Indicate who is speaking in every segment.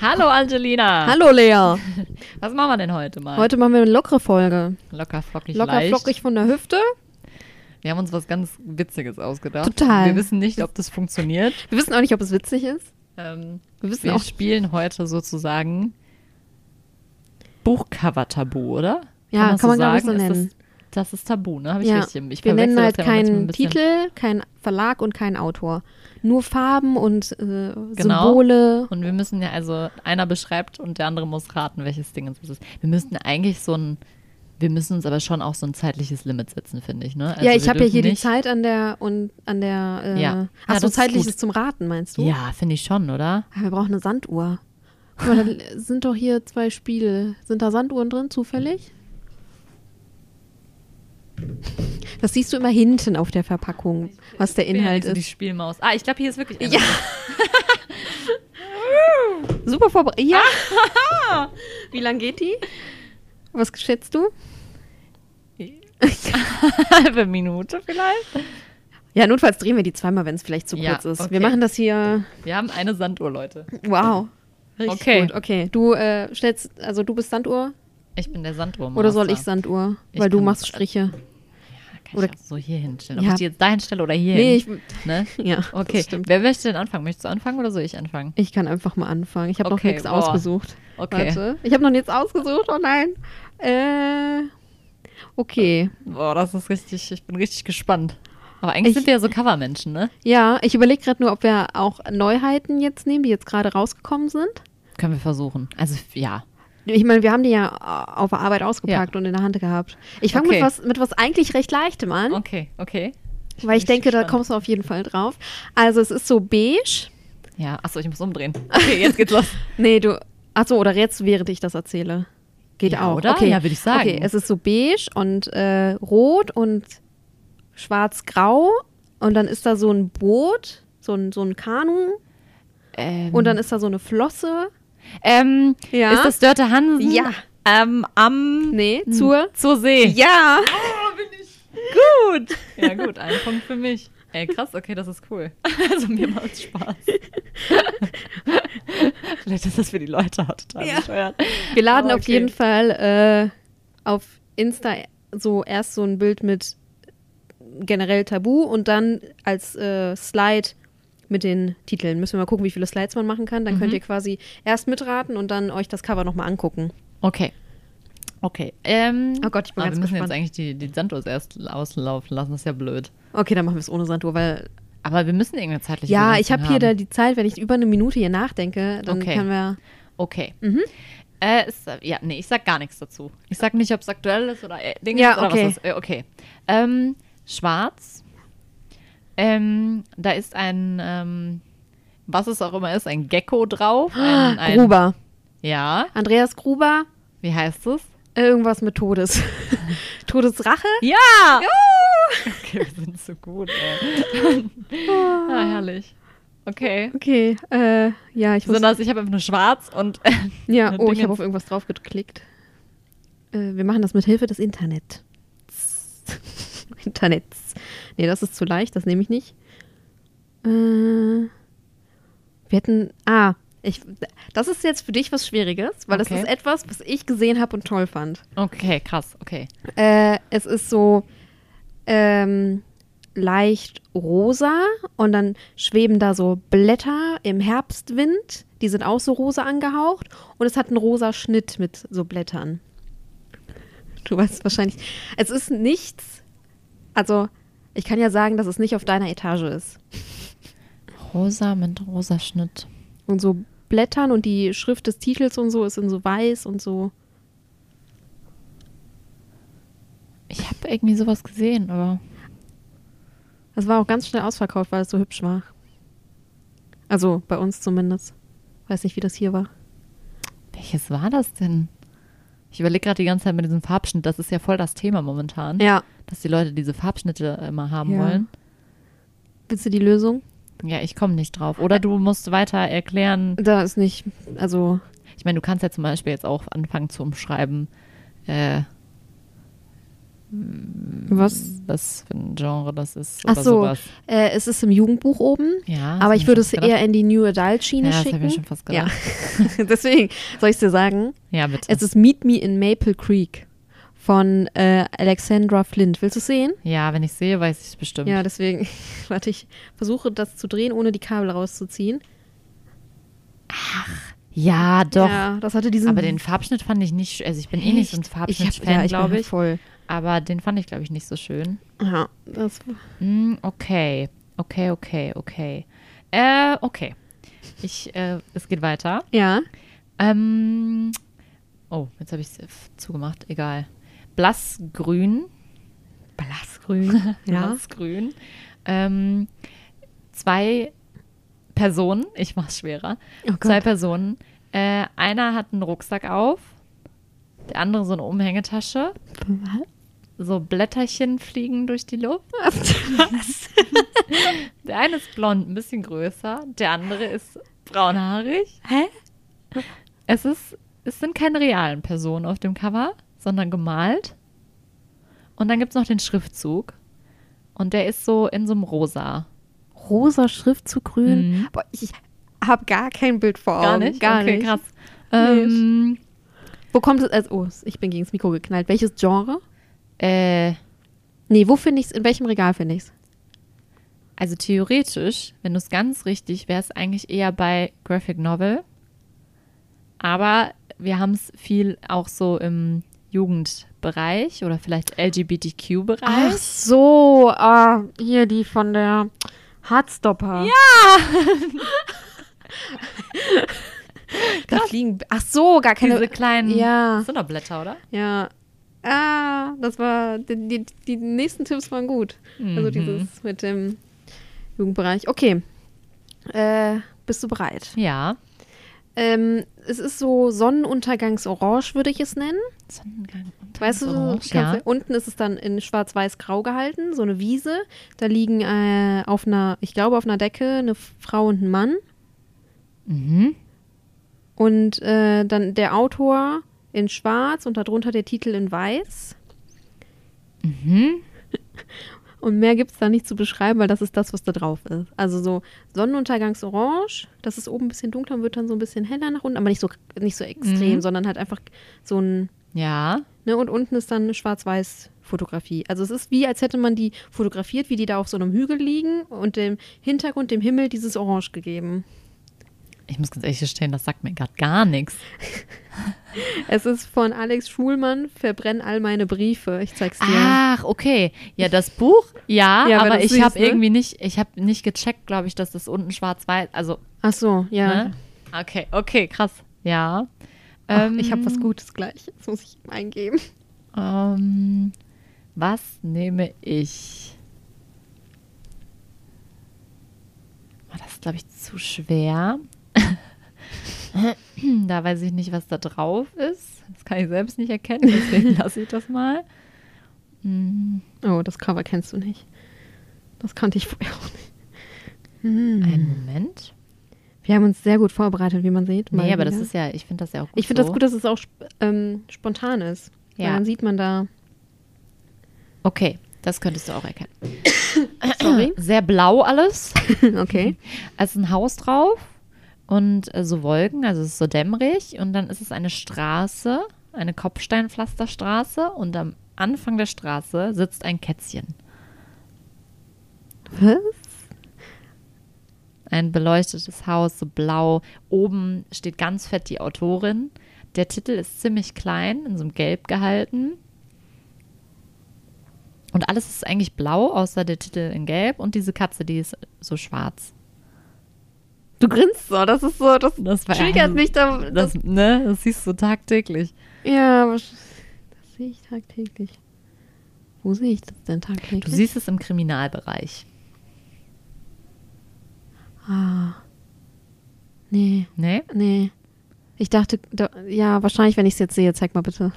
Speaker 1: Hallo Angelina.
Speaker 2: hallo Lea.
Speaker 1: Was machen wir denn heute mal?
Speaker 2: Heute machen wir eine lockere Folge.
Speaker 1: locker flockig
Speaker 2: Locker
Speaker 1: leicht.
Speaker 2: flockig von der Hüfte.
Speaker 1: Wir haben uns was ganz Witziges ausgedacht.
Speaker 2: Total.
Speaker 1: Wir wissen nicht, ob das funktioniert.
Speaker 2: Wir wissen auch nicht, ob es witzig ist.
Speaker 1: Ähm,
Speaker 2: Wir wissen
Speaker 1: wir
Speaker 2: auch.
Speaker 1: spielen heute sozusagen Buchcover-Tabu, oder?
Speaker 2: Ja,
Speaker 1: man's
Speaker 2: kann man, glaub ich, so
Speaker 1: Ist
Speaker 2: nennen.
Speaker 1: Das, das ist Tabu, ne? Habe ich
Speaker 2: Ja,
Speaker 1: richtig. Ich
Speaker 2: wir nennen
Speaker 1: verwechsel
Speaker 2: halt
Speaker 1: das ja immer mit so ein
Speaker 2: keinen
Speaker 1: bisschen-
Speaker 2: Titel, keinen Verlag und keinen Autor. Nur Farben und äh,
Speaker 1: Genau.
Speaker 2: Symbole.
Speaker 1: Und wir müssen ja, also einer beschreibt und der andere muss raten, welches Ding es ist. Wir müssten eigentlich so ein, wir müssen uns aber schon auch so ein zeitliches Limit setzen, finde ich, ne? Also
Speaker 2: ja,
Speaker 1: wir
Speaker 2: ich habe ja
Speaker 1: dürfen
Speaker 2: hier die
Speaker 1: nicht-
Speaker 2: Zeit an der und an der. Äh,
Speaker 1: Ja. Ja,
Speaker 2: Ach
Speaker 1: das
Speaker 2: so,
Speaker 1: ist
Speaker 2: zeitliches
Speaker 1: gut.
Speaker 2: zum Raten meinst du?
Speaker 1: Ja, finde ich schon, oder?
Speaker 2: Ah, Wir brauchen eine Sanduhr. Guck mal, da sind doch hier zwei Spiele. Sind da Sanduhren drin zufällig? Das siehst du immer hinten auf der Verpackung, was der Inhalt
Speaker 1: Die
Speaker 2: ist.
Speaker 1: Spielmaus. Ah, ich glaube, hier ist wirklich.
Speaker 2: Ja. Super vorbereitet. Ja. Wie lang geht die? Was schätzt du?
Speaker 1: halbe Minute vielleicht.
Speaker 2: Ja, notfalls drehen wir die zweimal, wenn es vielleicht zu
Speaker 1: Ja,
Speaker 2: kurz ist.
Speaker 1: okay.
Speaker 2: Wir machen das hier.
Speaker 1: Wir haben eine Sanduhr, Leute.
Speaker 2: Wow. Richtig
Speaker 1: Okay.
Speaker 2: gut. Okay. Du äh, stellst, also du bist Sanduhr
Speaker 1: Ich bin der Sanduhr.
Speaker 2: oder soll ich Sanduhr?
Speaker 1: Ich
Speaker 2: Weil du
Speaker 1: kann-
Speaker 2: machst Striche.
Speaker 1: Ah, Kann
Speaker 2: oder-
Speaker 1: ich auch so hier hinstellen. Ob
Speaker 2: Ja.
Speaker 1: ich die jetzt da hinstelle oder hier
Speaker 2: Nee, ich,
Speaker 1: hin? Ne?
Speaker 2: ja.
Speaker 1: Okay.
Speaker 2: Das stimmt.
Speaker 1: Wer möchte denn anfangen? Möchtest du anfangen oder soll ich anfangen?
Speaker 2: Ich kann einfach mal anfangen. Ich habe noch
Speaker 1: Okay,
Speaker 2: nichts
Speaker 1: boah.
Speaker 2: ausgesucht.
Speaker 1: Okay.
Speaker 2: Warte. Ich habe noch nichts ausgesucht. Oh nein. Äh, okay.
Speaker 1: Boah, das ist richtig, ich bin richtig gespannt. Aber eigentlich
Speaker 2: Ich-
Speaker 1: sind wir ja so Covermenschen, ne?
Speaker 2: Ja, ich überlege gerade nur, ob wir auch Neuheiten jetzt nehmen, die jetzt gerade rausgekommen sind.
Speaker 1: Können wir versuchen. Also ja.
Speaker 2: Ich meine, wir haben die ja äh, auf der Arbeit ausgepackt und in der Hand gehabt. Ich fange
Speaker 1: Okay.
Speaker 2: mit, was, mit was eigentlich recht Leichtem an,
Speaker 1: Okay, okay. bin
Speaker 2: weil ich
Speaker 1: richtig
Speaker 2: denke, da
Speaker 1: gespannt.
Speaker 2: kommst du auf jeden Fall drauf. Also es ist so beige.
Speaker 1: Ja, achso, ich muss umdrehen. Okay, jetzt geht's los.
Speaker 2: Nee, du. Achso, oder jetzt, während ich das erzähle. Geht
Speaker 1: Ja,
Speaker 2: auch.
Speaker 1: oder?
Speaker 2: Okay.
Speaker 1: Ja, würde ich sagen.
Speaker 2: Okay, es ist so beige und äh, rot und schwarz-grau. Und dann ist da so ein Boot, so ein, so ein Kanu.
Speaker 1: Ähm,
Speaker 2: Und dann ist da so eine Flosse.
Speaker 1: ähm,
Speaker 2: Ja?
Speaker 1: ist das Dörte Hansen?
Speaker 2: Ja.
Speaker 1: Ähm, am
Speaker 2: Nee, zur.
Speaker 1: zur See.
Speaker 2: Ja!
Speaker 1: Oh, Gut. Ja, gut, ein Punkt für mich. Ey, krass, okay, das ist cool. Also mir macht's Spaß. Vielleicht ist das für die Leute auch total
Speaker 2: Ja.
Speaker 1: bescheuert.
Speaker 2: Wir laden
Speaker 1: Aber
Speaker 2: auf
Speaker 1: okay.
Speaker 2: jeden Fall äh, auf Insta so erst so ein Bild mit generell Tabu und dann als äh, Slide mit den Titeln. Müssen wir mal gucken, wie viele Slides man machen kann. Dann
Speaker 1: Mhm.
Speaker 2: könnt ihr quasi erst mitraten und dann euch das Cover nochmal angucken.
Speaker 1: Okay. Okay. Ähm,
Speaker 2: Oh Gott, ich bin
Speaker 1: ah,
Speaker 2: ganz
Speaker 1: Wir müssen
Speaker 2: gespannt.
Speaker 1: jetzt eigentlich die, die Sanduhr erst auslaufen lassen, das ist ja blöd.
Speaker 2: Okay, dann machen wir es ohne Sanduhr, weil
Speaker 1: Aber wir müssen irgendeine zeitliche
Speaker 2: ja, ich
Speaker 1: Begrenzung
Speaker 2: habe hier da
Speaker 1: haben.
Speaker 2: die Zeit, wenn ich über eine Minute hier nachdenke, dann
Speaker 1: Okay.
Speaker 2: können wir.
Speaker 1: Okay.
Speaker 2: Mhm.
Speaker 1: Äh, ist, ja, nee, ich sag gar nichts dazu. Ich sag nicht, ob es aktuell ist oder äh, Ding
Speaker 2: Ja,
Speaker 1: ist oder
Speaker 2: okay.
Speaker 1: was ist. Äh, okay. Ähm, schwarz. Ähm, da ist ein, ähm, was es auch immer ist, ein Gecko drauf. Ein, ein,
Speaker 2: Ah, Gruber.
Speaker 1: Ja,
Speaker 2: Andreas Gruber,
Speaker 1: wie heißt es?
Speaker 2: irgendwas mit Todes. Todesrache?
Speaker 1: Ja! Okay, wir sind so gut, ey. ah, herrlich. Okay.
Speaker 2: Okay, äh, ja, ich muss
Speaker 1: Besonders, ich habe einfach nur schwarz und
Speaker 2: Ja,
Speaker 1: Eine
Speaker 2: oh, ich
Speaker 1: Dingens.
Speaker 2: habe auf irgendwas drauf geklickt. Äh, wir machen das mit Hilfe des Internets. Internets. Nee, das ist zu leicht, das nehme ich nicht. Äh, wir hätten. Ah, ich, das ist jetzt für dich was Schwieriges, weil
Speaker 1: Okay.
Speaker 2: das ist etwas, was ich gesehen habe und toll fand.
Speaker 1: Okay, krass, okay.
Speaker 2: Äh, es ist so ähm, leicht rosa und dann schweben da so Blätter im Herbstwind. Die sind auch so rosa angehaucht und es hat einen rosa Schnitt mit so Blättern. Du weißt wahrscheinlich. Es ist nichts. Also, ich kann ja sagen, dass es nicht auf deiner Etage ist.
Speaker 1: Rosa mit rosa Schnitt.
Speaker 2: Und so Blättern und die Schrift des Titels und so ist in so weiß und so.
Speaker 1: Ich habe irgendwie sowas gesehen, aber.
Speaker 2: Das war auch ganz schnell ausverkauft, weil es so hübsch war. Also bei uns zumindest. Weiß nicht, wie das hier war.
Speaker 1: Welches war das denn? Ich überlege gerade die ganze Zeit mit diesem Farbschnitt. Das ist ja voll das Thema momentan.
Speaker 2: Ja.
Speaker 1: Dass die Leute diese Farbschnitte immer haben
Speaker 2: Ja.
Speaker 1: wollen.
Speaker 2: Willst du die Lösung?
Speaker 1: Ja, ich komme nicht drauf. Oder du musst weiter erklären.
Speaker 2: Da ist nicht, also
Speaker 1: Ich meine, du kannst ja zum Beispiel jetzt auch anfangen zu umschreiben, äh,
Speaker 2: was?
Speaker 1: was für ein Genre das ist.
Speaker 2: Ach
Speaker 1: Mhm. Oder
Speaker 2: so,
Speaker 1: sowas.
Speaker 2: äh, es ist im Jugendbuch oben.
Speaker 1: Ja, das
Speaker 2: aber
Speaker 1: hab
Speaker 2: ich würde
Speaker 1: mir
Speaker 2: es
Speaker 1: schon gedacht.
Speaker 2: eher in die New Adult Schiene
Speaker 1: Ja, das hab ich
Speaker 2: schicken.
Speaker 1: mir schon fast gedacht.
Speaker 2: Ja. Deswegen soll ich dir sagen.
Speaker 1: Ja, bitte.
Speaker 2: Es ist Meet Me in Maple Creek von äh, Alexandra Flint. Willst du es sehen?
Speaker 1: ja, wenn ich sehe, weiß ich es bestimmt.
Speaker 2: Ja, deswegen, warte, ich versuche das zu drehen, ohne die Kabel rauszuziehen.
Speaker 1: Ja, doch.
Speaker 2: Ja, das hatte diesen.
Speaker 1: Aber den Farbschnitt fand ich nicht. sch- Also ich bin eh nicht so ein
Speaker 2: Echt? Ich hab-
Speaker 1: Farbschnitt-Fan,
Speaker 2: ja, ich bin halt
Speaker 1: glaube ich.
Speaker 2: Voll.
Speaker 1: Aber den fand ich, glaube ich, nicht so schön.
Speaker 2: Ja, das,
Speaker 1: Hm, okay. Okay, okay, okay. Äh, okay. Ich, äh, es geht weiter.
Speaker 2: ja.
Speaker 1: Ähm, oh, jetzt habe ich es zugemacht. Egal. Blassgrün. Blassgrün.
Speaker 2: Ja.
Speaker 1: Blassgrün. Ähm, zwei Personen. Ich mach's schwerer.
Speaker 2: Oh Gott.
Speaker 1: Zwei Personen. Äh, einer hat einen Rucksack auf. Der andere so eine Umhängetasche. So Blätterchen fliegen durch die Luft.
Speaker 2: Was?
Speaker 1: Der eine ist blond, ein bisschen größer. Der andere ist braunhaarig.
Speaker 2: Hä?
Speaker 1: Es, ist, es sind keine realen Personen auf dem Cover, sondern gemalt. Und dann gibt es noch den Schriftzug. Und der ist so in so einem Rosa.
Speaker 2: Rosa Schrift zu grün.
Speaker 1: Mhm.
Speaker 2: Boah, ich habe gar kein Bild vor Augen. Oh, Gar
Speaker 1: okay,
Speaker 2: nicht.
Speaker 1: krass. Ähm,
Speaker 2: Wo kommt es als. Oh, ich bin gegen das Mikro geknallt. Welches Genre?
Speaker 1: äh,
Speaker 2: Nee, wo finde ich es? In welchem Regal finde ich es?
Speaker 1: also theoretisch, wenn du es ganz richtig, wäre es eigentlich eher bei Graphic Novel. Aber wir haben es viel auch so im Jugendbereich oder vielleicht LGBTQ-Bereich.
Speaker 2: Ach so, ah, hier die von der Hardstopper. Ja! da fliegen. Ach so, gar keine.
Speaker 1: Diese kleinen
Speaker 2: Ja.
Speaker 1: Sonderblätter, oder?
Speaker 2: Ja. Ah, das war. Die, die, die nächsten Tipps waren gut. Also dieses mit dem Jugendbereich. Okay. Äh, bist du bereit?
Speaker 1: Ja.
Speaker 2: Ähm, es ist so Sonnenuntergangsorange, würde ich es nennen.
Speaker 1: Sonnengang und
Speaker 2: Weißt du, so, kannst
Speaker 1: ja.
Speaker 2: du- unten ist es dann in schwarz-weiß-grau gehalten, so eine Wiese. Da liegen äh, auf einer, ich glaube, auf einer Decke eine Frau und ein Mann.
Speaker 1: Mhm.
Speaker 2: Und äh, dann der Autor in schwarz und darunter der Titel in weiß.
Speaker 1: Mhm.
Speaker 2: Und mehr gibt es da nicht zu beschreiben, weil das ist das, was da drauf ist. Also so Sonnenuntergangsorange, das ist oben ein bisschen dunkler und wird dann so ein bisschen heller nach unten, aber nicht so, nicht so extrem,
Speaker 1: Mhm.
Speaker 2: sondern halt einfach so ein
Speaker 1: Ja.
Speaker 2: Ne, und unten ist dann eine Schwarz-Weiß-Fotografie. Also es ist wie, als hätte man die fotografiert, wie die da auf so einem Hügel liegen und dem Hintergrund, dem Himmel dieses Orange gegeben.
Speaker 1: Ich muss ganz ehrlich gestehen, das sagt mir gerade gar nichts.
Speaker 2: Es ist von Alex Schulmann, Verbrenn all meine Briefe. Ich zeig's dir.
Speaker 1: Ach, okay. Ja, das Buch, ja,
Speaker 2: Ja, wenn
Speaker 1: aber
Speaker 2: du's
Speaker 1: ich
Speaker 2: siehst,
Speaker 1: habe
Speaker 2: ne?
Speaker 1: irgendwie nicht, ich habe nicht gecheckt, glaube ich, dass das unten schwarz-weiß, also,
Speaker 2: Ach so, ja.
Speaker 1: ne? Okay, okay, krass. Ja.
Speaker 2: Ach,
Speaker 1: Ähm,
Speaker 2: ich habe was Gutes gleich. Das muss ich ihm eingeben.
Speaker 1: Ähm, was nehme ich? Oh, das ist, glaube ich, zu schwer. da weiß ich nicht, was da drauf ist. Das kann ich selbst nicht erkennen, deswegen lasse ich das mal. Hm,
Speaker 2: Oh, das Cover kennst du nicht. Das kannte ich vorher auch nicht.
Speaker 1: Einen Moment.
Speaker 2: Wir haben uns sehr gut vorbereitet, wie man sieht. mal
Speaker 1: Nee, aber das
Speaker 2: wieder.
Speaker 1: ist ja, ich finde das ja auch gut.
Speaker 2: Ich finde
Speaker 1: so.
Speaker 2: das gut, dass es auch sp- ähm, spontan ist. Ja.
Speaker 1: Ja.
Speaker 2: Weil dann sieht man da.
Speaker 1: Okay, das könntest du auch erkennen.
Speaker 2: Sorry.
Speaker 1: Sehr blau alles.
Speaker 2: okay.
Speaker 1: Es ist ein Haus drauf und äh, so Wolken, also es ist so dämmerig. Und dann ist es eine Straße, eine Kopfsteinpflasterstraße. Und am Anfang der Straße sitzt ein Kätzchen.
Speaker 2: Was?
Speaker 1: Ein beleuchtetes Haus, so blau. Oben steht ganz fett die Autorin. Der Titel ist ziemlich klein, in so einem Gelb gehalten. Und alles ist eigentlich blau, außer der Titel in Gelb und diese Katze, die ist so schwarz.
Speaker 2: Du grinst so, das ist so, das,
Speaker 1: Das war-
Speaker 2: triggert mich da.
Speaker 1: Das,
Speaker 2: Das,
Speaker 1: ne, das siehst du tagtäglich.
Speaker 2: ja, aber sch- das sehe ich tagtäglich. Wo sehe ich das denn tagtäglich?
Speaker 1: Du siehst es im Kriminalbereich.
Speaker 2: Nee,
Speaker 1: Nee?
Speaker 2: nee. Ich dachte, da, ja, wahrscheinlich, wenn ich es jetzt sehe, zeig mal bitte.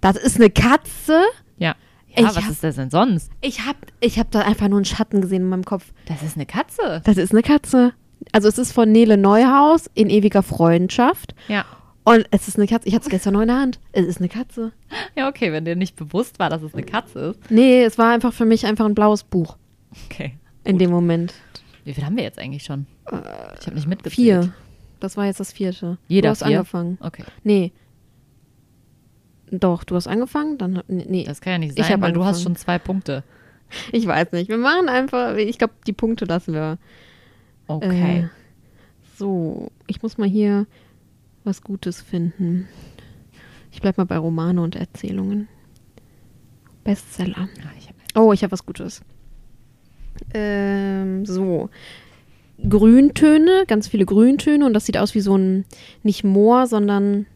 Speaker 2: Das ist eine Katze?
Speaker 1: Ja. Ja,
Speaker 2: Ich
Speaker 1: was
Speaker 2: hab-
Speaker 1: ist das denn sonst?
Speaker 2: Ich hab, ich hab da einfach nur einen Schatten gesehen in meinem Kopf.
Speaker 1: Das ist eine Katze.
Speaker 2: Das ist eine Katze. Also es ist von Nele Neuhaus in ewiger Freundschaft.
Speaker 1: Ja.
Speaker 2: Und es ist eine Katze. Ich hatte es gestern noch in der Hand. Es ist eine Katze.
Speaker 1: Ja, okay, wenn dir nicht bewusst war, dass es eine Katze ist.
Speaker 2: Nee, es war einfach für mich einfach ein blaues Buch
Speaker 1: Okay.
Speaker 2: in dem Moment.
Speaker 1: Wie viel haben wir jetzt eigentlich schon?
Speaker 2: Äh,
Speaker 1: Ich habe nicht mitgezählt.
Speaker 2: Vier. Das war jetzt das vierte.
Speaker 1: Jeder
Speaker 2: du hast
Speaker 1: vier?
Speaker 2: angefangen.
Speaker 1: Okay.
Speaker 2: Nee. Doch, du hast angefangen, dann nee,
Speaker 1: Das kann ja nicht
Speaker 2: Ich
Speaker 1: sein,
Speaker 2: hab
Speaker 1: weil du hast
Speaker 2: angefangen.
Speaker 1: schon zwei Punkte.
Speaker 2: ich weiß nicht. Wir machen einfach, ich glaube, die Punkte lassen wir.
Speaker 1: Okay.
Speaker 2: Äh, so, ich muss mal hier was Gutes finden. Ich bleib mal bei Romane und Erzählungen. Bestseller.
Speaker 1: Ah, ich hab-
Speaker 2: Oh, ich habe was Gutes. Ähm, so. Grüntöne, ganz viele Grüntöne und das sieht aus wie so ein, nicht Moor, sondern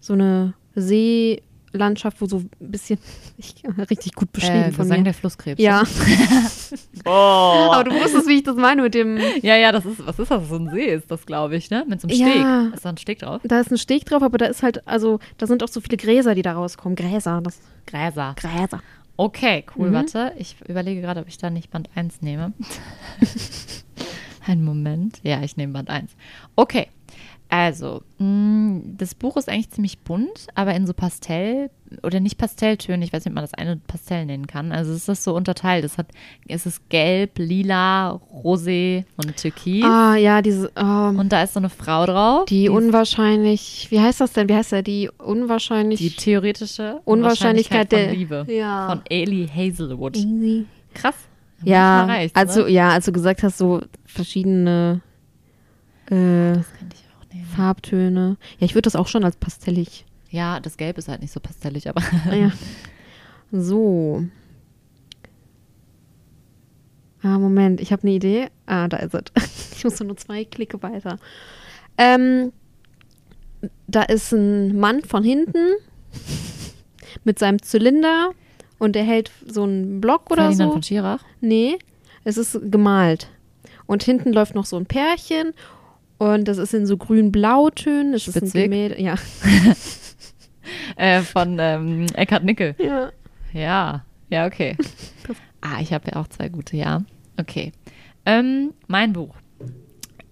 Speaker 2: so eine Seelandschaft, wo so ein bisschen, ich, richtig gut beschrieben
Speaker 1: äh,
Speaker 2: von
Speaker 1: Gesang
Speaker 2: mir.
Speaker 1: der Flusskrebs.
Speaker 2: ja.
Speaker 1: Oh.
Speaker 2: Aber du wusstest, wie ich das meine mit dem,
Speaker 1: Ja, ja, das ist, was ist das? So ein See ist das, glaube ich, ne? Mit so einem
Speaker 2: Ja.
Speaker 1: Steg. Ist da ein Steg drauf?
Speaker 2: da ist ein Steg drauf, aber da ist halt, also, da sind auch so viele Gräser, die da rauskommen. Gräser, das,
Speaker 1: Gräser.
Speaker 2: Gräser.
Speaker 1: Okay, cool,
Speaker 2: Mhm.
Speaker 1: warte. Ich überlege gerade, ob ich da nicht Band 1 nehme. Einen Moment. Ja, ich nehme Band 1. Okay, also, mh, das Buch ist eigentlich ziemlich bunt, aber in so Pastell- oder nicht Pastelltönen. Ich weiß nicht, ob man das eine Pastell nennen kann. Also, es ist das so unterteilt. Es, hat, es ist gelb, lila, rosé und türkis.
Speaker 2: Ah, ja, diese, ähm,
Speaker 1: Und da ist so eine Frau drauf.
Speaker 2: Die,
Speaker 1: ist
Speaker 2: unwahrscheinlich, wie heißt das denn? Wie heißt er? Die unwahrscheinlich.
Speaker 1: die theoretische
Speaker 2: Unwahrscheinlichkeit
Speaker 1: von
Speaker 2: der-
Speaker 1: Liebe
Speaker 2: Ja.
Speaker 1: von Ailey Hazelwood.
Speaker 2: Easy.
Speaker 1: Krass.
Speaker 2: Ja,
Speaker 1: Manchmal reicht's,
Speaker 2: also
Speaker 1: ne?
Speaker 2: ja, als du gesagt hast, so verschiedene äh,
Speaker 1: das könnte ich auch nehmen.
Speaker 2: Farbtöne. Ja, ich würde das auch schon als pastellig.
Speaker 1: Ja, das Gelb ist halt nicht so pastellig, aber
Speaker 2: ja. So. Ah, Moment, ich habe eine Idee. Ah, da ist es. Ich muss nur zwei Klicke weiter. Ähm, da ist ein Mann von hinten mit seinem Zylinder und er hält so einen Block oder
Speaker 1: Ferdinand
Speaker 2: so.
Speaker 1: von Schirach.
Speaker 2: Nee, es ist gemalt. Und hinten läuft noch so ein Pärchen und das ist in so grün-blau-Tönen. Es ist ein
Speaker 1: Spitzweg?
Speaker 2: Gemälde. Ja.
Speaker 1: Äh, von ähm, Eckhard Nickel.
Speaker 2: ja.
Speaker 1: Ja, ja, okay. Ah, ich habe ja auch zwei gute, ja. Okay. Ähm, mein Buch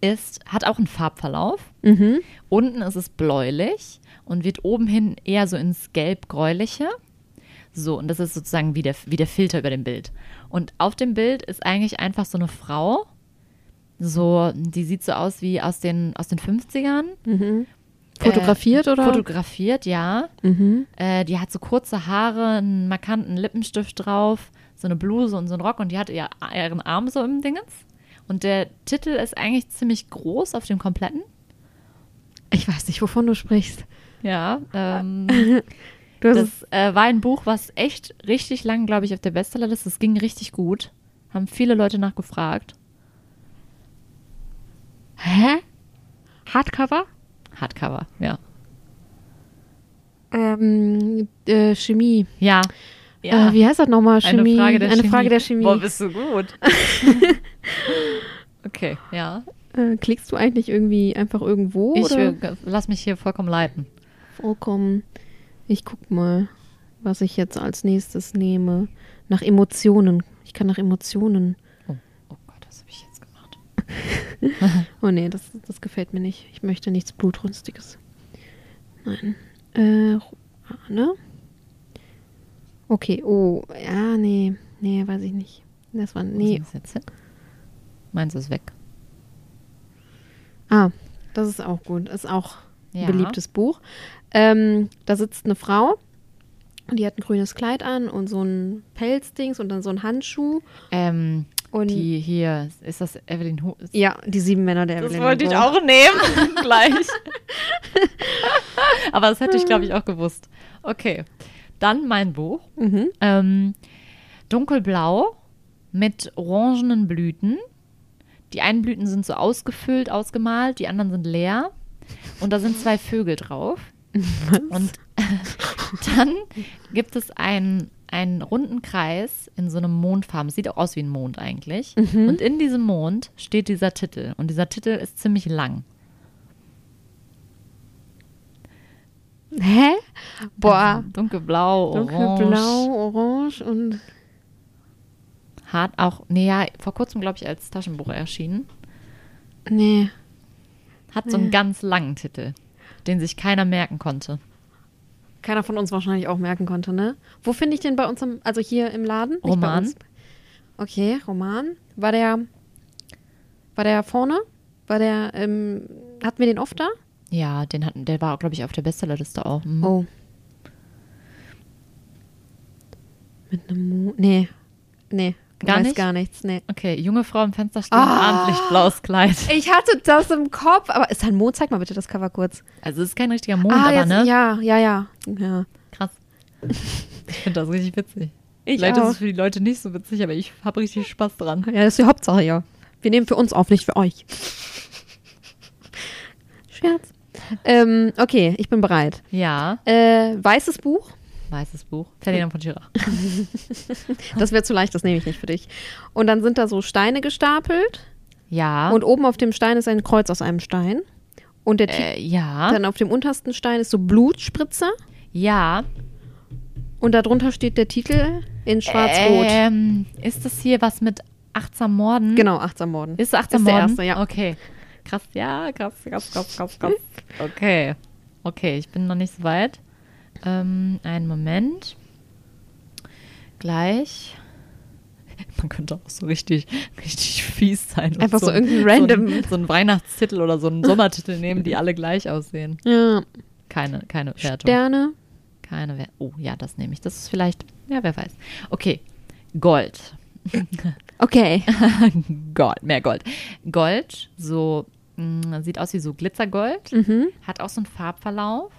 Speaker 1: ist, hat auch einen Farbverlauf.
Speaker 2: Mhm.
Speaker 1: Unten ist es bläulich und wird oben hin eher so ins gelb-gräuliche. So, und das ist sozusagen wie der, wie der Filter über dem Bild. Und auf dem Bild ist eigentlich einfach so eine Frau, so, die sieht so aus wie aus den, aus den 50ern.
Speaker 2: Mhm. Fotografiert
Speaker 1: Äh,
Speaker 2: oder?
Speaker 1: Fotografiert, ja.
Speaker 2: mhm.
Speaker 1: Äh, die hat so kurze Haare, einen markanten Lippenstift drauf, so eine Bluse und so einen Rock und die hat ihr, ihren Arm so im Dingens. Und der Titel ist eigentlich ziemlich groß auf dem kompletten.
Speaker 2: Ich weiß nicht, wovon du sprichst.
Speaker 1: Ja, ähm,
Speaker 2: Du hast
Speaker 1: das äh, war ein Buch, was echt richtig lang, glaube ich, auf der Bestsellerliste. Es ging richtig gut. Haben viele Leute nachgefragt.
Speaker 2: es- Hä? Hardcover?
Speaker 1: Hardcover, ja.
Speaker 2: Ähm, äh, Chemie.
Speaker 1: Ja. ja.
Speaker 2: Äh, wie heißt das nochmal?
Speaker 1: eine
Speaker 2: Chemie.
Speaker 1: Frage der
Speaker 2: Eine
Speaker 1: Chemie.
Speaker 2: Frage der Chemie.
Speaker 1: Boah, bist du gut. okay, ja.
Speaker 2: äh, klickst du eigentlich irgendwie einfach irgendwo?
Speaker 1: Ich
Speaker 2: oder?
Speaker 1: äh, lass mich hier vollkommen leiten.
Speaker 2: Vollkommen. Ich guck mal, was ich jetzt als nächstes nehme. Nach Emotionen. Ich kann nach Emotionen.
Speaker 1: Oh, oh Gott, was habe ich jetzt gemacht?
Speaker 2: Oh nee, das, das gefällt mir nicht. Ich möchte nichts Blutrünstiges. Nein. Äh, Romane? Okay, oh, ja, nee. Nee, weiß ich nicht. Das war,
Speaker 1: Nee.
Speaker 2: nee.
Speaker 1: Ist jetzt hin? Meins ist weg.
Speaker 2: Ah, das ist auch gut. Ist auch ein
Speaker 1: Ja.
Speaker 2: beliebtes Buch. Ähm, da sitzt eine Frau. und Die hat ein grünes Kleid an und so ein Pelzdings und dann so ein Handschuh.
Speaker 1: Ähm,
Speaker 2: Und
Speaker 1: die hier, ist das Evelyn Hu? ist-
Speaker 2: Ja, die sieben Männer der
Speaker 1: Das
Speaker 2: Evelyn
Speaker 1: wollte ich
Speaker 2: Hugo.
Speaker 1: auch nehmen, gleich. Aber das hätte ich, glaube ich, auch gewusst. Okay, dann mein Buch.
Speaker 2: Mhm.
Speaker 1: Ähm, dunkelblau mit orangenen Blüten. Die einen Blüten sind so ausgefüllt, ausgemalt, die anderen sind leer. Und da sind zwei Vögel drauf. Und dann gibt es ein, einen runden Kreis in so einem Mondfarben. Sieht auch aus wie ein Mond eigentlich.
Speaker 2: Mhm.
Speaker 1: Und in diesem Mond steht dieser Titel. Und dieser Titel ist ziemlich lang.
Speaker 2: Hä? Boah.
Speaker 1: Dunkelblau, orange.
Speaker 2: Ah. Dunkelblau, orange und.
Speaker 1: Hart auch, nee, ja, vor kurzem, glaube ich, als Taschenbuch erschienen.
Speaker 2: Nee.
Speaker 1: Hat so einen ganz langen Titel, den sich keiner merken konnte.
Speaker 2: Keiner von uns wahrscheinlich auch merken konnte, ne? Wo finde ich den bei uns, im, also hier im Laden? Nicht bei
Speaker 1: Roman.
Speaker 2: uns. Okay, Roman. War der, war der vorne? War der, ähm, hatten wir den oft da?
Speaker 1: Ja, den hatten, der war, glaube ich, auf der Bestsellerliste auch. Mhm.
Speaker 2: Oh. Mit einem Mo Nee. Nee.
Speaker 1: Gar
Speaker 2: weiß
Speaker 1: nicht?
Speaker 2: gar nichts. Nee.
Speaker 1: Okay, junge Frau im Fenster stehen,
Speaker 2: Ah.
Speaker 1: Abendlichtblaues Kleid.
Speaker 2: Ich hatte das im Kopf, aber ist da ein Mond? Zeig mal bitte das Cover kurz. Ah,
Speaker 1: Also es ist kein richtiger Mond, aber
Speaker 2: jetzt,
Speaker 1: ne?
Speaker 2: Ja, ja, ja. ja.
Speaker 1: Krass. Ich finde das richtig witzig.
Speaker 2: Ich
Speaker 1: Vielleicht
Speaker 2: auch.
Speaker 1: ist es für die Leute nicht so witzig, aber ich habe richtig Spaß dran.
Speaker 2: Ja, das ist die Hauptsache, ja. Wir nehmen für uns auf, nicht für euch. Scherz. Ähm, okay, ich bin bereit.
Speaker 1: Ja,
Speaker 2: Äh, weißes Buch.
Speaker 1: weißes Buch. Ferdinand von Schirach.
Speaker 2: Das wäre zu leicht, das nehme ich nicht für dich. Und dann sind da so Steine gestapelt.
Speaker 1: Ja.
Speaker 2: Und oben auf dem Stein ist ein Kreuz aus einem Stein. Und der Titel
Speaker 1: äh, ja.
Speaker 2: dann auf dem untersten Stein ist so Blutspritzer.
Speaker 1: Ja.
Speaker 2: Und darunter steht der Titel in schwarz-rot.
Speaker 1: Ähm, ist das hier was mit achtsam Morden?
Speaker 2: Genau, achtsam Morden.
Speaker 1: Ist achtsam
Speaker 2: Ist der
Speaker 1: Morden?
Speaker 2: erste, ja.
Speaker 1: Okay. Krass, ja, krass, krass, krass, krass, krass. Okay. Okay, ich bin noch nicht so weit. Ähm, einen Moment. Gleich. Man könnte auch so richtig, richtig fies sein. und
Speaker 2: Einfach so
Speaker 1: ein-
Speaker 2: irgendein random-
Speaker 1: So einen, so einen Weihnachtstitel oder so einen Sommertitel nehmen, die alle gleich aussehen.
Speaker 2: Ja,
Speaker 1: Keine, keine Wertung.
Speaker 2: Sterne.
Speaker 1: Keine Wer Oh, ja, das nehme ich. Das ist vielleicht, ja, wer weiß. Okay. Gold.
Speaker 2: Okay.
Speaker 1: Gold, mehr Gold. Gold, so mh, sieht aus wie so Glitzergold,
Speaker 2: Mhm.
Speaker 1: hat auch so einen Farbverlauf.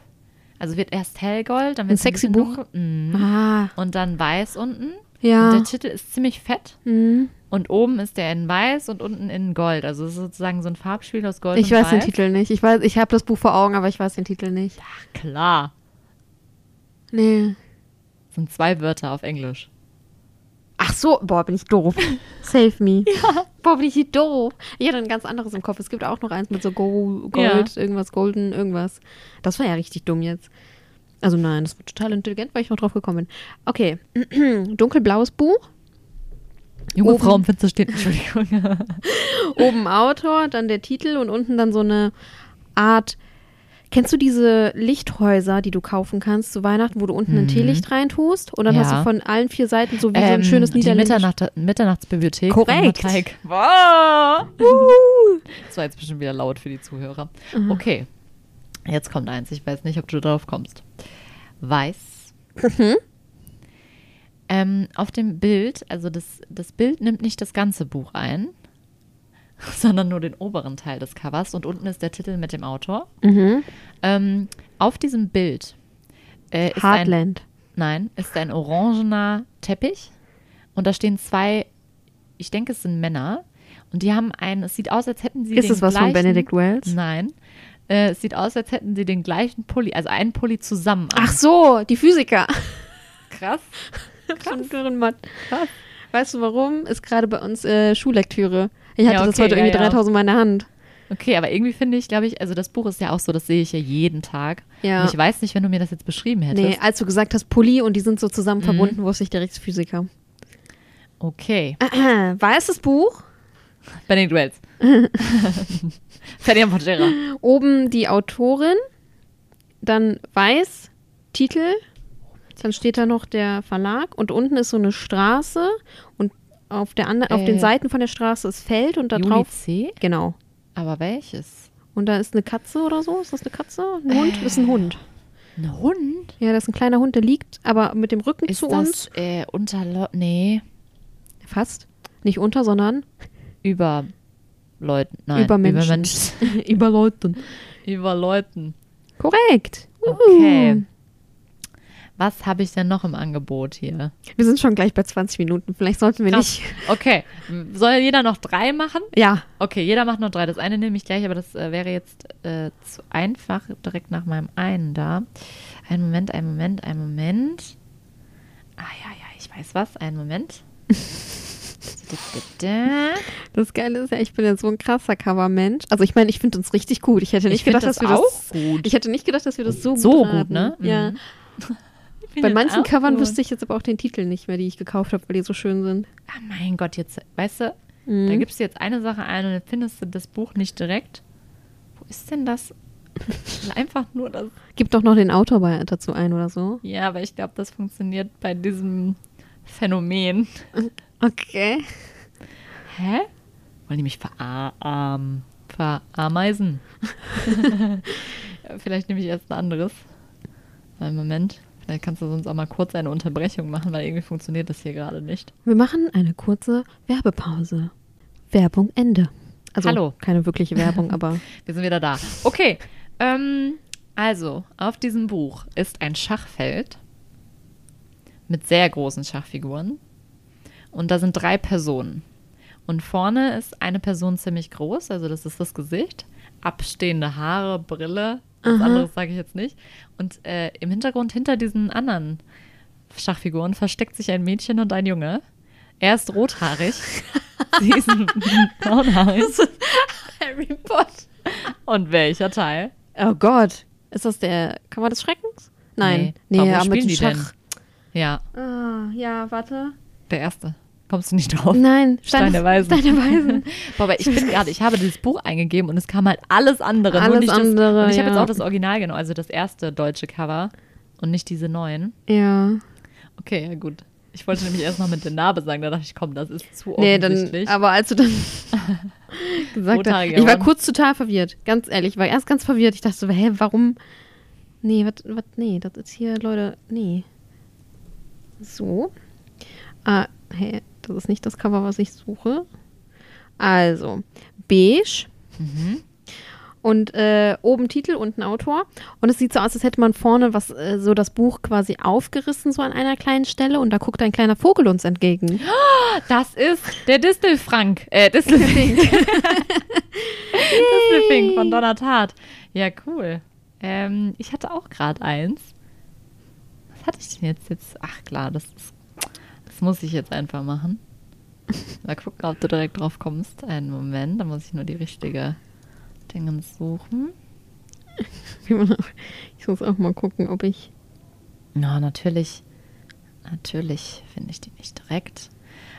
Speaker 1: Also wird erst hellgold, dann wird es
Speaker 2: sexy Buch. Ah,
Speaker 1: Mhm. und dann weiß unten.
Speaker 2: Ja. Hm.
Speaker 1: Und der Titel ist ziemlich fett. Und oben ist der in weiß und unten in gold. Also es ist sozusagen so ein Farbspiel aus Gold
Speaker 2: ich
Speaker 1: und
Speaker 2: weiß den
Speaker 1: weiß.
Speaker 2: Titel nicht. Ich weiß, ich habe das Buch vor Augen, aber ich weiß den Titel nicht.
Speaker 1: Ach, klar.
Speaker 2: Nee.
Speaker 1: Das sind zwei Wörter auf Englisch.
Speaker 2: Ach so, boah, bin ich doof. Save me. Ja. Boah, bin ich hier doof. Ich hatte ein ganz anderes im Kopf. Es gibt auch noch eins mit so Go Gold, irgendwas Golden, irgendwas. Das war ja richtig dumm jetzt. Also nein, das war total intelligent, weil ich noch drauf gekommen bin. Okay, dunkelblaues Buch,
Speaker 1: Junge
Speaker 2: Oben. Oh,
Speaker 1: Frau im Fenster steht, Entschuldigung.
Speaker 2: oben Autor, dann der Titel und unten dann so eine Art. Kennst du diese Lichthäuser, die du kaufen kannst zu Weihnachten, wo du unten ein Teelicht reintust? Und dann
Speaker 1: Mhm. Ja. Ähm,
Speaker 2: hast du von allen vier Seiten so wie so ein schönes
Speaker 1: die
Speaker 2: Niederländisch.
Speaker 1: Mitternacht Mitternachtsbibliothek.
Speaker 2: Korrekt.
Speaker 1: von Matteik. Wow. Uhu. Das war jetzt bestimmt wieder laut für die Zuhörer. Okay, jetzt kommt eins. Ich weiß nicht, ob du drauf kommst. Weiß. Ähm, auf dem Bild, also das, das Bild nimmt nicht das ganze Buch ein, sondern nur den oberen Teil des Covers und unten ist der Titel mit dem Autor. Ähm, auf diesem Bild äh, ist ein
Speaker 2: Heartland.
Speaker 1: Nein, ist ein orangener Teppich. Und da stehen zwei, ich denke, es sind Männer. Und die haben einen, es sieht aus, als hätten sie
Speaker 2: Ist
Speaker 1: den
Speaker 2: es was
Speaker 1: gleichen,
Speaker 2: von Benedict Wells?
Speaker 1: Nein. Äh, es sieht aus, als hätten sie den gleichen Pulli, also einen Pulli zusammen. an.
Speaker 2: Ach so, die Physiker.
Speaker 1: krass.
Speaker 2: Von Dürrenmatt. Weißt du warum? Ist gerade bei uns äh, Schullektüre. Ich hatte
Speaker 1: Ja,
Speaker 2: das
Speaker 1: okay,
Speaker 2: heute
Speaker 1: ja,
Speaker 2: irgendwie
Speaker 1: ja.
Speaker 2: 3000 Mal in der Hand.
Speaker 1: Okay, aber irgendwie finde ich, glaube ich, also das Buch ist ja auch so, das sehe ich ja jeden Tag.
Speaker 2: Ja.
Speaker 1: Und ich weiß nicht, wenn du mir das Mhm. jetzt beschrieben hättest.
Speaker 2: Nee, als du gesagt hast Pulli und die sind so zusammen verbunden, wusste ich direkt Physiker.
Speaker 1: Okay.
Speaker 2: Weißes Buch,
Speaker 1: Benedict Wells. Ferdinand von Scherer.
Speaker 2: oben die Autorin, dann weiß, Titel, dann steht da noch der Verlag und unten ist so eine Straße und auf, der andre, auf
Speaker 1: Äh.
Speaker 2: den Seiten von der Straße ist Feld und da
Speaker 1: Juli
Speaker 2: drauf.
Speaker 1: C.
Speaker 2: Genau.
Speaker 1: Aber welches?
Speaker 2: Und da ist eine Katze oder so. Ist das eine Katze? Ein
Speaker 1: Äh.
Speaker 2: Hund? Ist ein Hund.
Speaker 1: Ein Hund?
Speaker 2: Ja, das ist ein kleiner Hund, der liegt aber mit dem Rücken
Speaker 1: Ist
Speaker 2: zu
Speaker 1: das
Speaker 2: uns.
Speaker 1: Äh, unter Lo nee,
Speaker 2: Fast. Nicht unter, sondern
Speaker 1: über Leuten. Nein,
Speaker 2: Über Menschen.
Speaker 1: Über Menschen.
Speaker 2: über Leuten.
Speaker 1: über Leuten.
Speaker 2: Korrekt. Uhu.
Speaker 1: Okay. Was habe ich denn noch im Angebot hier?
Speaker 2: Wir sind schon gleich bei 20 Minuten. Vielleicht sollten wir
Speaker 1: Krass.
Speaker 2: nicht.
Speaker 1: Okay. Soll jeder noch drei machen?
Speaker 2: Ja.
Speaker 1: Okay, jeder macht noch drei. Das eine nehme ich gleich, aber das äh, wäre jetzt äh, zu einfach direkt nach meinem einen da. Ein Moment, ein Moment, ein Moment. Ah, ja, ja, Ich weiß was, einen Moment.
Speaker 2: Das Geile ist ja, ich bin ja so ein krasser Covermensch. Also ich meine, ich finde uns richtig gut. Ich hätte nicht
Speaker 1: Ich find
Speaker 2: gedacht, dass wir
Speaker 1: auch
Speaker 2: das.
Speaker 1: gut.
Speaker 2: Ich hätte nicht gedacht, dass wir das so,
Speaker 1: So
Speaker 2: gut
Speaker 1: gut,
Speaker 2: raten.
Speaker 1: ne? Mhm.
Speaker 2: Ja.
Speaker 1: Ich find
Speaker 2: Bei
Speaker 1: den
Speaker 2: manchen
Speaker 1: auch
Speaker 2: Covern
Speaker 1: gut.
Speaker 2: wüsste ich jetzt aber auch den Titel nicht mehr, die ich gekauft habe, weil die so schön sind.
Speaker 1: Ah, mein Gott, jetzt, weißt du, da gibst du jetzt eine Sache ein und dann findest du das Buch nicht direkt. Wo ist denn das? Einfach nur das.
Speaker 2: Gib doch noch den Autor bei, dazu ein oder so.
Speaker 1: Ja, aber ich glaube, das funktioniert bei diesem Phänomen.
Speaker 2: Okay.
Speaker 1: Hä? Wollen die mich vera ähm, verameisen? Ja, vielleicht nehme ich erst ein anderes. Einen Moment. Vielleicht kannst du sonst auch mal kurz eine Unterbrechung machen, weil irgendwie funktioniert das hier gerade nicht.
Speaker 2: Wir machen eine kurze Werbepause. Werbung Ende. Also
Speaker 1: Hallo.
Speaker 2: keine wirkliche Werbung, aber
Speaker 1: Wir sind wieder da. Okay. Ähm, also, auf diesem Buch ist ein Schachfeld mit sehr großen Schachfiguren. Und da sind drei Personen. Und vorne ist eine Person ziemlich groß, also das ist das Gesicht. Abstehende Haare, Brille, was
Speaker 2: Aha.
Speaker 1: anderes sage ich jetzt nicht. Und äh, im Hintergrund hinter diesen anderen Schachfiguren versteckt sich ein Mädchen und ein Junge. Er ist rothaarig. Sie ist braunhaarig.
Speaker 2: Harry Potter.
Speaker 1: Und welcher Teil?
Speaker 2: Oh Gott. Ist das der Kammer des Schreckens? Nein.
Speaker 1: Nee, aber wo
Speaker 2: aber mit
Speaker 1: spielen
Speaker 2: dem
Speaker 1: die
Speaker 2: Schach.
Speaker 1: Ja,
Speaker 2: Ah, ja, warte.
Speaker 1: der erste. Kommst du nicht drauf?
Speaker 2: Nein,
Speaker 1: Stein der Weisen.
Speaker 2: Stein der Weisen.
Speaker 1: Boah, aber ich bin gerade, ich habe dieses Buch eingegeben und es kam halt alles andere. nur
Speaker 2: Alles
Speaker 1: nicht
Speaker 2: andere,
Speaker 1: Das, und ich habe jetzt
Speaker 2: ja.
Speaker 1: auch das Original genommen, also das erste deutsche Cover und nicht diese neuen.
Speaker 2: ja.
Speaker 1: Okay, ja gut. Ich wollte nämlich erst noch mit der Narbe sagen, da dachte ich, komm, das ist zu
Speaker 2: Nee, dann,
Speaker 1: offensichtlich.
Speaker 2: aber als du dann gesagt hast,
Speaker 1: Rothaariger
Speaker 2: ich war
Speaker 1: Mann.
Speaker 2: kurz total verwirrt, ganz ehrlich, ich war erst ganz verwirrt. Ich dachte so, hä, warum? Nee, was, was, nee, das ist hier, Leute, nee. So. Ah, hä, das ist nicht das Cover, was ich suche. Also, beige. Und äh, oben Titel, unten Autor. Und es sieht so aus, als hätte man vorne was, äh, so das Buch quasi aufgerissen, so an einer kleinen Stelle. Und da guckt ein kleiner Vogel uns entgegen.
Speaker 1: das ist der Distelfrank. Äh, Distelfink. Distelfink von Donnertat. Ja, cool. Ähm, ich hatte auch gerade eins. Was hatte ich denn jetzt? jetzt? Ach klar, das, ist, das muss ich jetzt einfach machen. Mal gucken, ob du direkt drauf kommst. Einen Moment, da muss ich nur die richtige Dingens suchen.
Speaker 2: Wie man auch- Ich muss auch mal gucken, ob ich.
Speaker 1: Na, natürlich. Natürlich finde ich die nicht direkt.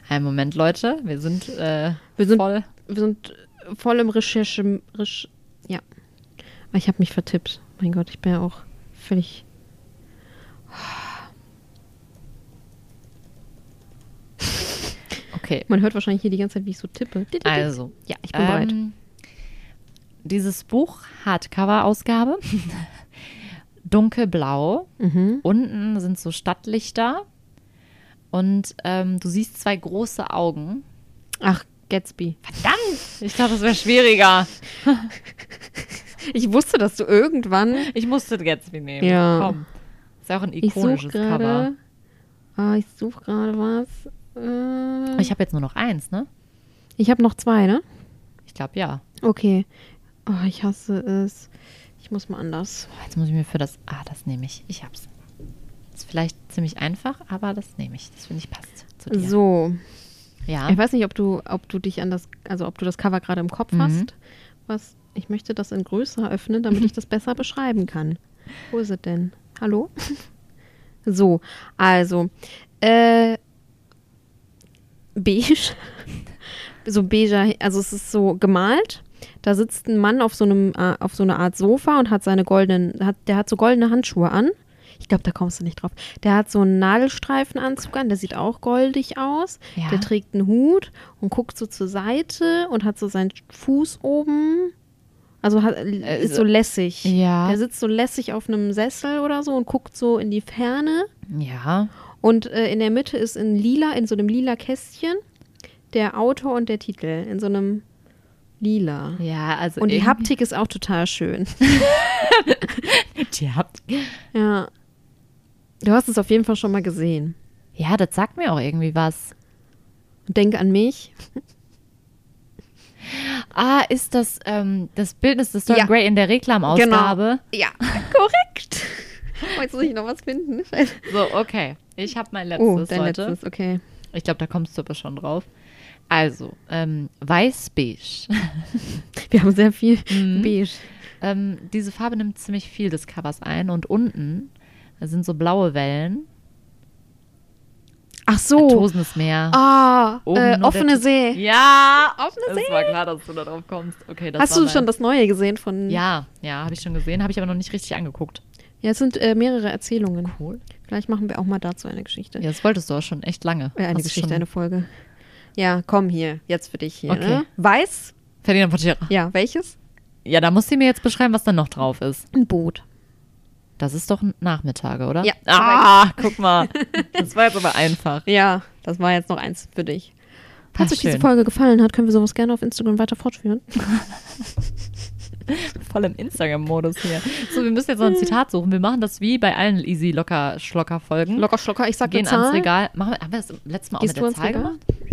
Speaker 1: Einen Moment, Leute. Wir sind, äh,
Speaker 2: Wir sind-
Speaker 1: voll.
Speaker 2: Wir sind voll im Recherche. Resch, ja. Aber ich habe mich vertippt. Mein Gott, ich bin ja auch völlig.
Speaker 1: Okay.
Speaker 2: Man hört wahrscheinlich hier die ganze Zeit, wie ich so tippe.
Speaker 1: Also,
Speaker 2: Ja, ich bin bereit.
Speaker 1: Ähm, Dieses Buch, Hardcover-Ausgabe, dunkelblau.
Speaker 2: Mhm.
Speaker 1: Unten sind so Stadtlichter. Und ähm, du siehst zwei große Augen.
Speaker 2: Ach, Gatsby.
Speaker 1: Verdammt! Ich dachte, das wäre schwieriger.
Speaker 2: Ich wusste, dass du irgendwann.
Speaker 1: Ich musste Gatsby nehmen.
Speaker 2: Ja.
Speaker 1: Komm. Ist ja auch ein
Speaker 2: Ich suche
Speaker 1: ikonisches Cover.
Speaker 2: gerade. Ah, ich suche gerade was. Äh,
Speaker 1: Oh, Ich habe jetzt nur noch eins, ne?
Speaker 2: ich habe noch zwei, ne?
Speaker 1: Ich glaube, ja.
Speaker 2: Okay. Oh, ich hasse es. Ich muss mal anders.
Speaker 1: Boah, Oh, Jetzt muss ich mir für das. Ah, das nehme ich. Ich hab's. Ist vielleicht ziemlich einfach, aber das nehme ich. Das finde ich passt zu dir.
Speaker 2: So.
Speaker 1: Ja.
Speaker 2: Ich weiß nicht, ob du, ob du dich an das, also ob du das Cover gerade im Kopf
Speaker 1: Mhm.
Speaker 2: hast. Was, ich möchte das in größer öffnen, damit ich das besser beschreiben kann. Wo ist es denn? Hallo? So, also, äh, beige, so beiger, also es ist so gemalt. Da sitzt ein Mann auf so einem, äh, auf so einer Art Sofa und hat seine goldenen, hat, der hat so goldene Handschuhe an. Ich glaube, da kommst du nicht drauf. Der hat so einen Nadelstreifenanzug an, der sieht auch goldig aus.
Speaker 1: Ja.
Speaker 2: Der trägt einen Hut und guckt so zur Seite und hat so seinen Fuß oben. Also hat, ist so lässig.
Speaker 1: Ja.
Speaker 2: Der sitzt so lässig auf einem Sessel oder so und guckt so in die Ferne.
Speaker 1: Ja.
Speaker 2: Und äh, in der Mitte ist in lila, in so einem lila Kästchen, der Autor und der Titel. In so einem lila.
Speaker 1: Ja, also.
Speaker 2: Und die
Speaker 1: irgendwie-
Speaker 2: Haptik ist auch total schön.
Speaker 1: Die Haptik.
Speaker 2: ja. Du hast es auf jeden Fall schon mal gesehen.
Speaker 1: Ja, das sagt mir auch irgendwie was.
Speaker 2: Denk an mich.
Speaker 1: Ah, ist das ähm, das Bildnis des Dorian
Speaker 2: Ja.
Speaker 1: Gray in der Reklamausgabe?
Speaker 2: Ja, korrekt. jetzt muss ich noch was finden.
Speaker 1: So, okay. Ich habe mein letztes
Speaker 2: Genau. Oh, dein
Speaker 1: heute.
Speaker 2: letztes, okay.
Speaker 1: Ich glaube, da kommst du aber schon drauf. Also, ähm, weiß-beige.
Speaker 2: Wir haben sehr viel
Speaker 1: Mhm.
Speaker 2: beige.
Speaker 1: ähm, diese Farbe nimmt ziemlich viel des Covers ein und unten sind so blaue Wellen.
Speaker 2: Ach so.
Speaker 1: Tosendes Meer.
Speaker 2: Ah,
Speaker 1: Oben
Speaker 2: äh,
Speaker 1: nur
Speaker 2: offene
Speaker 1: der-
Speaker 2: See.
Speaker 1: Ja,
Speaker 2: Offene
Speaker 1: Es
Speaker 2: See.
Speaker 1: war klar, dass du da drauf kommst. Okay, das
Speaker 2: Hast
Speaker 1: war
Speaker 2: du
Speaker 1: mein-
Speaker 2: schon das Neue gesehen von?
Speaker 1: Ja, ja, habe ich schon gesehen, habe ich aber noch nicht richtig angeguckt.
Speaker 2: Ja, es sind äh, mehrere Erzählungen.
Speaker 1: Cool.
Speaker 2: Vielleicht machen wir auch mal dazu eine Geschichte.
Speaker 1: Ja, das wolltest du auch schon echt lange.
Speaker 2: Äh, eine
Speaker 1: Hast du
Speaker 2: Geschichte,
Speaker 1: schon-
Speaker 2: eine Folge. Ja, komm hier, jetzt für dich hier.
Speaker 1: Okay.
Speaker 2: Ne? Weiß?
Speaker 1: Ferdinand Portiera.
Speaker 2: Ja, welches?
Speaker 1: Ja, da musst du mir jetzt beschreiben, was da noch drauf ist.
Speaker 2: Ein Boot.
Speaker 1: Das ist doch ein Nachmittage, oder?
Speaker 2: Ja.
Speaker 1: Ah, guck mal. Das war jetzt aber einfach.
Speaker 2: Ja, das war jetzt noch eins für dich. Ah, Falls
Speaker 1: Ach,
Speaker 2: euch diese
Speaker 1: schön.
Speaker 2: Folge gefallen hat, können wir sowas gerne auf Instagram weiter fortführen.
Speaker 1: Voll im Instagram-Modus hier. So, wir müssen jetzt noch ein Zitat suchen. Wir machen das wie bei allen easy locker schlocker Folgen.
Speaker 2: Locker, schlocker, ich sag
Speaker 1: Gehen
Speaker 2: eine Zahl.
Speaker 1: ans Regal. Machen wir, haben wir das letztes Mal auch
Speaker 2: Gehst
Speaker 1: mit
Speaker 2: du ans
Speaker 1: der Zahl
Speaker 2: Regal?
Speaker 1: gemacht?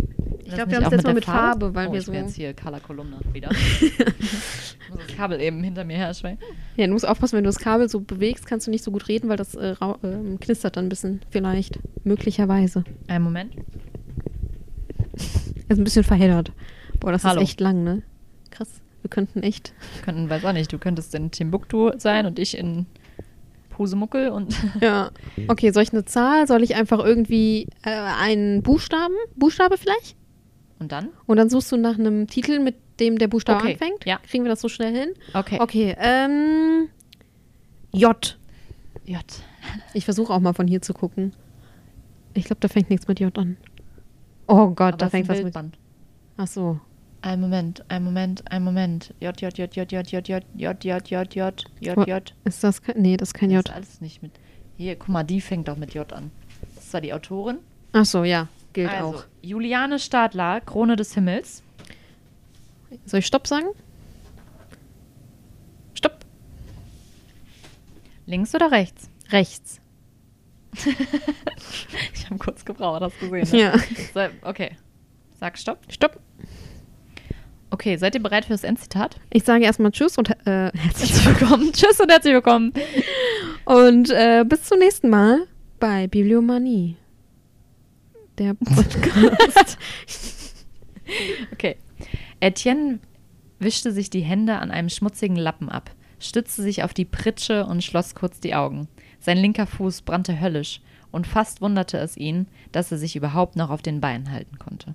Speaker 2: Ich
Speaker 1: Lass
Speaker 2: glaube,
Speaker 1: mich
Speaker 2: wir haben
Speaker 1: auch
Speaker 2: es jetzt mal
Speaker 1: der
Speaker 2: mit Farbe, weil
Speaker 1: oh,
Speaker 2: wir
Speaker 1: ich
Speaker 2: so.
Speaker 1: bin jetzt hier Color Kolumna wieder. Ich muss das Kabel eben hinter mir her schwenken.
Speaker 2: Ja, du musst aufpassen, wenn du das Kabel so bewegst, kannst du nicht so gut reden, weil das äh, rau- ähm, knistert dann ein bisschen, vielleicht. Möglicherweise.
Speaker 1: Einen Moment.
Speaker 2: Ist ein bisschen verheddert. Boah, das
Speaker 1: Hallo.
Speaker 2: ist echt lang, ne? Krass. Wir könnten echt.
Speaker 1: Wir könnten, weiß auch nicht, du könntest in Timbuktu sein und ich in Pusemuckel und
Speaker 2: Ja. Okay, soll ich eine Zahl? Soll ich einfach irgendwie äh, einen Buchstaben? Buchstabe vielleicht?
Speaker 1: und dann?
Speaker 2: Und dann suchst du nach einem Titel, mit dem der Buchstabe
Speaker 1: Okay,
Speaker 2: anfängt?
Speaker 1: ja.
Speaker 2: Kriegen wir das so schnell hin?
Speaker 1: Okay.
Speaker 2: Okay, ähm. J.
Speaker 1: J.
Speaker 2: Ich versuche auch mal von hier zu gucken. Ich glaube, da fängt nichts mit J an. Oh Gott,
Speaker 1: Aber
Speaker 2: da
Speaker 1: es ist
Speaker 2: fängt
Speaker 1: ein
Speaker 2: was mit.
Speaker 1: Bildband.
Speaker 2: Ach so.
Speaker 1: Ein Moment, ein Moment, ein Moment. J, J, J, J, J, J, J, J, J, J, J, J, J.
Speaker 2: Ist das kein. Nee, das ist kein
Speaker 1: Das
Speaker 2: J.
Speaker 1: ist alles nicht mit. Hier, guck mal, die fängt doch mit J an. Das war die Autorin.
Speaker 2: Ach so, ja. Gilt
Speaker 1: also,
Speaker 2: auch.
Speaker 1: Juliane Stadler, Krone des Himmels.
Speaker 2: Soll ich Stopp sagen? Stopp.
Speaker 1: Links oder rechts?
Speaker 2: Rechts.
Speaker 1: Ich habe kurz gebraucht, hast gesehen. Ne?
Speaker 2: Ja.
Speaker 1: So, okay. Sag Stopp.
Speaker 2: Stopp.
Speaker 1: Okay, seid ihr bereit fürs Endzitat?
Speaker 2: Ich sage erstmal Tschüss und äh, herzlich
Speaker 1: Herzlich willkommen. Tschüss und herzlich willkommen.
Speaker 2: Und äh, bis zum nächsten Mal bei Bibliomanie. Der Podcast.
Speaker 1: Okay. Etienne wischte sich die Hände an einem schmutzigen Lappen ab, stützte sich auf die Pritsche und schloss kurz die Augen. Sein linker Fuß brannte höllisch und fast wunderte es ihn, dass er sich überhaupt noch auf den Beinen halten konnte.